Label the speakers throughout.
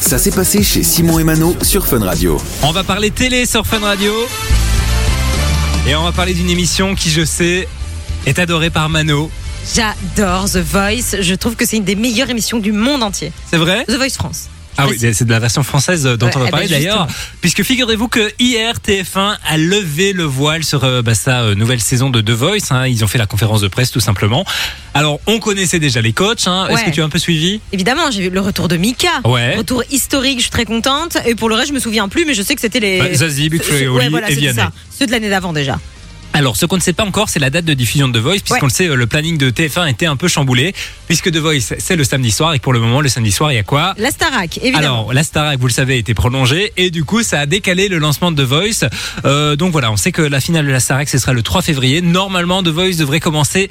Speaker 1: Ça s'est passé chez Simon et Mano sur Fun Radio.
Speaker 2: On va parler télé sur Fun Radio. Et on va parler d'une émission qui, je sais, est adorée par Mano.
Speaker 3: J'adore The Voice. Je trouve que c'est une des meilleures émissions du monde entier.
Speaker 2: C'est vrai
Speaker 3: The Voice France.
Speaker 2: Ah oui,
Speaker 3: Merci.
Speaker 2: c'est de la version française dont
Speaker 3: Ouais,
Speaker 2: on
Speaker 3: eh
Speaker 2: va
Speaker 3: ben,
Speaker 2: parler d'ailleurs. Puisque figurez-vous que hier, TF1 a levé le voile sur euh, bah, sa euh, nouvelle saison de The Voice. hein. Ils ont fait la conférence de presse tout simplement. Alors, on connaissait déjà les coachs. hein. Est-ce
Speaker 3: Ouais.
Speaker 2: que tu as un peu suivi
Speaker 3: Évidemment, j'ai vu le retour de Mika.
Speaker 2: Ouais.
Speaker 3: Retour historique, je suis très contente. Et pour le reste, je me souviens plus, mais je sais que c'était les.
Speaker 2: Bah, Zazie, Big
Speaker 3: Ceux- ceux-
Speaker 2: Flo et
Speaker 3: ouais,
Speaker 2: Oli
Speaker 3: voilà,
Speaker 2: et
Speaker 3: c'était
Speaker 2: Vianney.
Speaker 3: ça. Ceux de l'année d'avant déjà.
Speaker 2: Alors, ce qu'on ne sait pas encore, c'est la date de diffusion de The Voice, puisqu'on
Speaker 3: Ouais.
Speaker 2: le sait, euh, le planning de TF1 était un peu chamboulé, puisque The Voice, c'est le samedi soir, et que pour le moment, le samedi soir, il y a quoi
Speaker 3: La Starac, évidemment.
Speaker 2: Alors, la Starac, vous le savez, a été prolongée et du coup, ça a décalé le lancement de The Voice. Euh, donc voilà, on sait que la finale de la Starac, ce sera le 3 février. Normalement, The Voice devrait commencer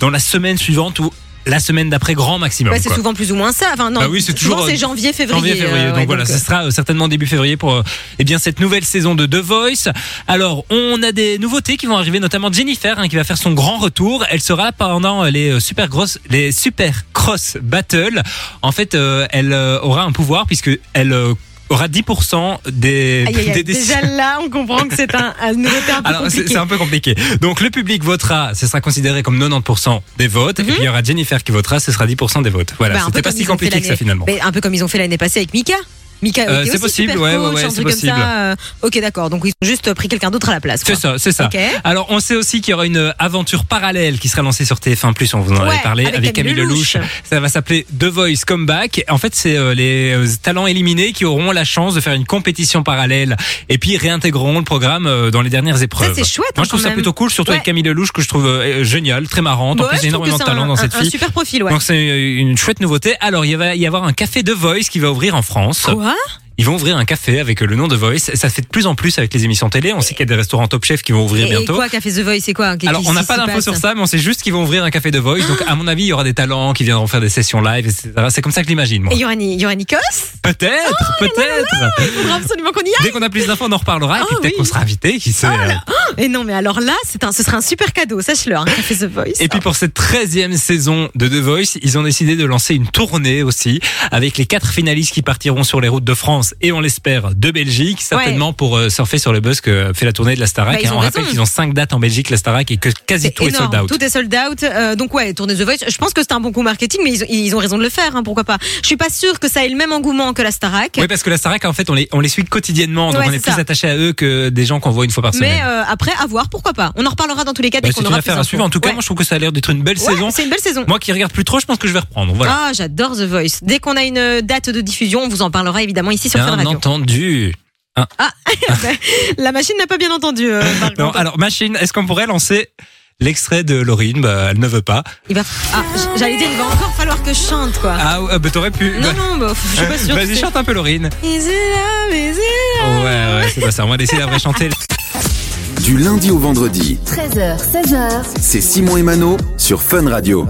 Speaker 2: dans la semaine suivante ou la semaine d'après, grand maximum.
Speaker 3: Ouais, Bah, c'est
Speaker 2: quoi.
Speaker 3: souvent plus ou moins ça. Enfin, non.
Speaker 2: Bah oui, c'est toujours,
Speaker 3: souvent,
Speaker 2: euh,
Speaker 3: c'est janvier, février.
Speaker 2: Janvier, février.
Speaker 3: euh,
Speaker 2: donc
Speaker 3: ouais,
Speaker 2: voilà,
Speaker 3: donc,
Speaker 2: ce sera euh, certainement début février pour euh, eh bien cette nouvelle saison de The Voice. Alors, on a des nouveautés qui vont arriver, notamment Jennifer hein, qui va faire son grand retour. Elle sera là pendant euh, les euh, super grosses, les super cross battle. En fait, euh, elle euh, aura un pouvoir puisque elle euh, aura 10% des,
Speaker 3: Aïe, aïe, aïe.
Speaker 2: des décisions.
Speaker 3: Déjà là, on comprend que c'est un, un nouveauté un peu
Speaker 2: Alors, c'est
Speaker 3: compliqué.
Speaker 2: c'est un peu compliqué. Donc, le public votera, ce sera considéré comme 90% des votes. Et puis, il y aura Jennifer qui votera, ce sera 10% des votes. Voilà,
Speaker 3: Mhm. Bah, un
Speaker 2: Ben,
Speaker 3: peu
Speaker 2: c'était pas
Speaker 3: comme
Speaker 2: si
Speaker 3: ils ont fait
Speaker 2: compliqué que ça
Speaker 3: l'année-
Speaker 2: finalement.
Speaker 3: Mais un peu comme ils ont fait l'année passée avec Mika. Mika
Speaker 2: Euh,
Speaker 3: était
Speaker 2: c'est
Speaker 3: aussi
Speaker 2: possible,
Speaker 3: super
Speaker 2: ouais, ouais,
Speaker 3: coach,
Speaker 2: ouais,
Speaker 3: un
Speaker 2: c'est
Speaker 3: truc comme
Speaker 2: possible.
Speaker 3: ça, euh, Ok, d'accord. Donc ils ont juste pris quelqu'un d'autre à la place. quoi.
Speaker 2: C'est ça, c'est ça.
Speaker 3: Ok.
Speaker 2: Alors, on sait aussi qu'il y aura une euh, aventure parallèle qui sera lancée sur TF1+, Plus, on vous en
Speaker 3: Ouais,
Speaker 2: avait parlé, avec,
Speaker 3: avec
Speaker 2: Camille
Speaker 3: Camille
Speaker 2: Lelouch.
Speaker 3: Lelouch.
Speaker 2: Ça va s'appeler The Voice Comeback. En fait, c'est euh, les euh, talents éliminés qui auront la chance de faire une compétition parallèle et puis réintégreront le programme euh, dans les dernières épreuves.
Speaker 3: c'est chouette,
Speaker 2: Moi,
Speaker 3: hein,
Speaker 2: je trouve
Speaker 3: quand
Speaker 2: ça
Speaker 3: même.
Speaker 2: plutôt cool, surtout
Speaker 3: Ouais.
Speaker 2: avec Camille Lelouch, que je trouve euh, euh, géniale, très marrante.
Speaker 3: Bah
Speaker 2: en plus,
Speaker 3: ouais,
Speaker 2: il y a
Speaker 3: je trouve que
Speaker 2: énormément de
Speaker 3: c'est
Speaker 2: talent
Speaker 3: un-
Speaker 2: dans
Speaker 3: un-
Speaker 2: cette
Speaker 3: un
Speaker 2: fille.
Speaker 3: super profil, ouais.
Speaker 2: Donc, c'est euh, une chouette nouveauté. Alors, il va y avoir un café The Voice qui va ouvrir en France.
Speaker 3: Quoi
Speaker 2: Ils vont ouvrir un café avec euh, le nom de Voice. Ça se fait de plus en plus avec les émissions télé. On sait qu'il y a des restaurants Top Chef qui vont ouvrir
Speaker 3: Et
Speaker 2: bientôt.
Speaker 3: quoi qu'a fait The Voice C'est quoi Qu'est-
Speaker 2: Alors,
Speaker 3: qu'est-ce
Speaker 2: on n'a
Speaker 3: qui
Speaker 2: pas
Speaker 3: s'y
Speaker 2: d'infos
Speaker 3: passe
Speaker 2: sur ça, mais on sait juste qu'ils vont ouvrir un café de voice. Donc, à mon avis, il y aura des talents qui viendront faire des sessions live, etc. C'est comme ça que je l'imagine, moi.
Speaker 3: Et il y Oh, aura Ni- il y aura Nikos
Speaker 2: Peut-être, peut-être.
Speaker 3: Il faudra absolument qu'on y aille.
Speaker 2: Dès qu'on a plus d'infos, on en reparlera. et
Speaker 3: Ah
Speaker 2: puis, peut-être
Speaker 3: oui. Oh
Speaker 2: qu'on sera invité, qui sait. euh,
Speaker 3: Et non, mais alors là, c'est un, ce sera un super cadeau, sache-le, hein, qu'a fait The Voice.
Speaker 2: Et puis, pour cette 13e saison de The Voice, ils ont décidé de lancer une tournée aussi, avec les quatre finalistes qui partiront sur les routes de France et, on l'espère, de Belgique. Certainement pour euh, surfer sur le buzz que fait la tournée de la Starac.
Speaker 3: Bah, ils
Speaker 2: hein.
Speaker 3: ont
Speaker 2: on rappelle
Speaker 3: raison.
Speaker 2: qu'ils ont cinq dates en Belgique, la Starac, et que quasi
Speaker 3: C'est
Speaker 2: tout est
Speaker 3: énorme,
Speaker 2: sold out.
Speaker 3: Tout est sold out. Euh, donc ouais, tourner The Voice. Je pense que c'est un bon coup marketing, mais ils ont, ils ont raison de le faire. hein, pourquoi pas Je suis pas sûre que ça ait le même engouement que la Starac.
Speaker 2: Oui, parce que la Starac, en fait, on les, on les suit quotidiennement, donc
Speaker 3: Ouais,
Speaker 2: on est,
Speaker 3: c'est
Speaker 2: plus
Speaker 3: ça.
Speaker 2: attaché à eux que des gens qu'on voit une fois par semaine.
Speaker 3: mais euh, après, à voir, pourquoi pas On en reparlera dans tous les cas
Speaker 2: Bah,
Speaker 3: dès
Speaker 2: c'est
Speaker 3: qu'on
Speaker 2: une
Speaker 3: aura plus
Speaker 2: affaire à
Speaker 3: d'infos.
Speaker 2: suivre. En tout cas,
Speaker 3: Ouais.
Speaker 2: moi, je trouve que ça a l'air d'être une belle
Speaker 3: Ouais,
Speaker 2: saison.
Speaker 3: c'est une belle saison.
Speaker 2: Moi qui regarde plus trop, je pense que je vais reprendre. Voilà.
Speaker 3: Ah, j'adore The Voice. Dès qu'on a une date de diffusion, on vous en parlera évidemment ici sur Fun
Speaker 2: Bien
Speaker 3: Radio.
Speaker 2: entendu.
Speaker 3: La machine n'a pas bien entendu. euh, par
Speaker 2: Non,
Speaker 3: contre.
Speaker 2: alors, machine, est-ce qu'on pourrait lancer l'extrait de Laurine Bah, elle ne veut pas.
Speaker 3: Il va- Ah, j- j'allais dire, il va encore falloir que je chante, quoi.
Speaker 2: Ah, ouais, bah, t'aurais pu.
Speaker 3: non,
Speaker 2: Bah,
Speaker 3: non, bah, pff, je suis pas sûre.
Speaker 2: Vas-y,
Speaker 3: tu sais.
Speaker 2: chante un peu, Laurine.
Speaker 3: Is it love, is
Speaker 2: Ouais,
Speaker 3: it
Speaker 2: ouais, c'est pas ça. On va laisser la vraie chanter.
Speaker 1: Du lundi au vendredi,
Speaker 4: 13h, 16h,
Speaker 1: c'est Simon et Mano sur Fun Radio.